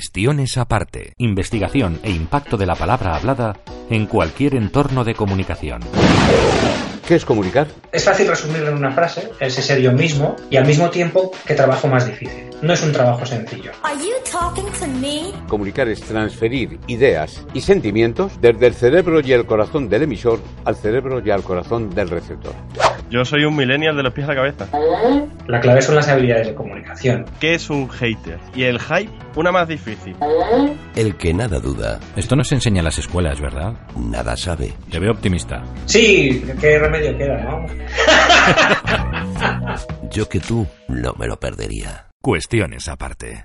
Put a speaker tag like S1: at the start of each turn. S1: Cuestiones aparte. Investigación e impacto de la palabra hablada en cualquier entorno de comunicación.
S2: ¿Qué es comunicar?
S3: Es fácil resumirlo en una frase, es ser yo mismo y al mismo tiempo que trabajo más difícil. No es un trabajo sencillo.
S4: Are you talking to me?
S2: Comunicar es transferir ideas y sentimientos desde el cerebro y el corazón del emisor al cerebro y al corazón del receptor.
S5: Yo soy un millennial de los pies a la cabeza.
S3: La clave son las habilidades de comunicación.
S5: ¿Qué es un hater? Y el hype, una más difícil.
S6: El que nada duda,
S1: Esto nos enseña las escuelas, ¿verdad?
S6: nada sabe.
S1: Te veo optimista.
S3: Sí, qué remedio queda, ¿no?
S6: Yo que tú no me lo perdería.
S1: Cuestiones aparte.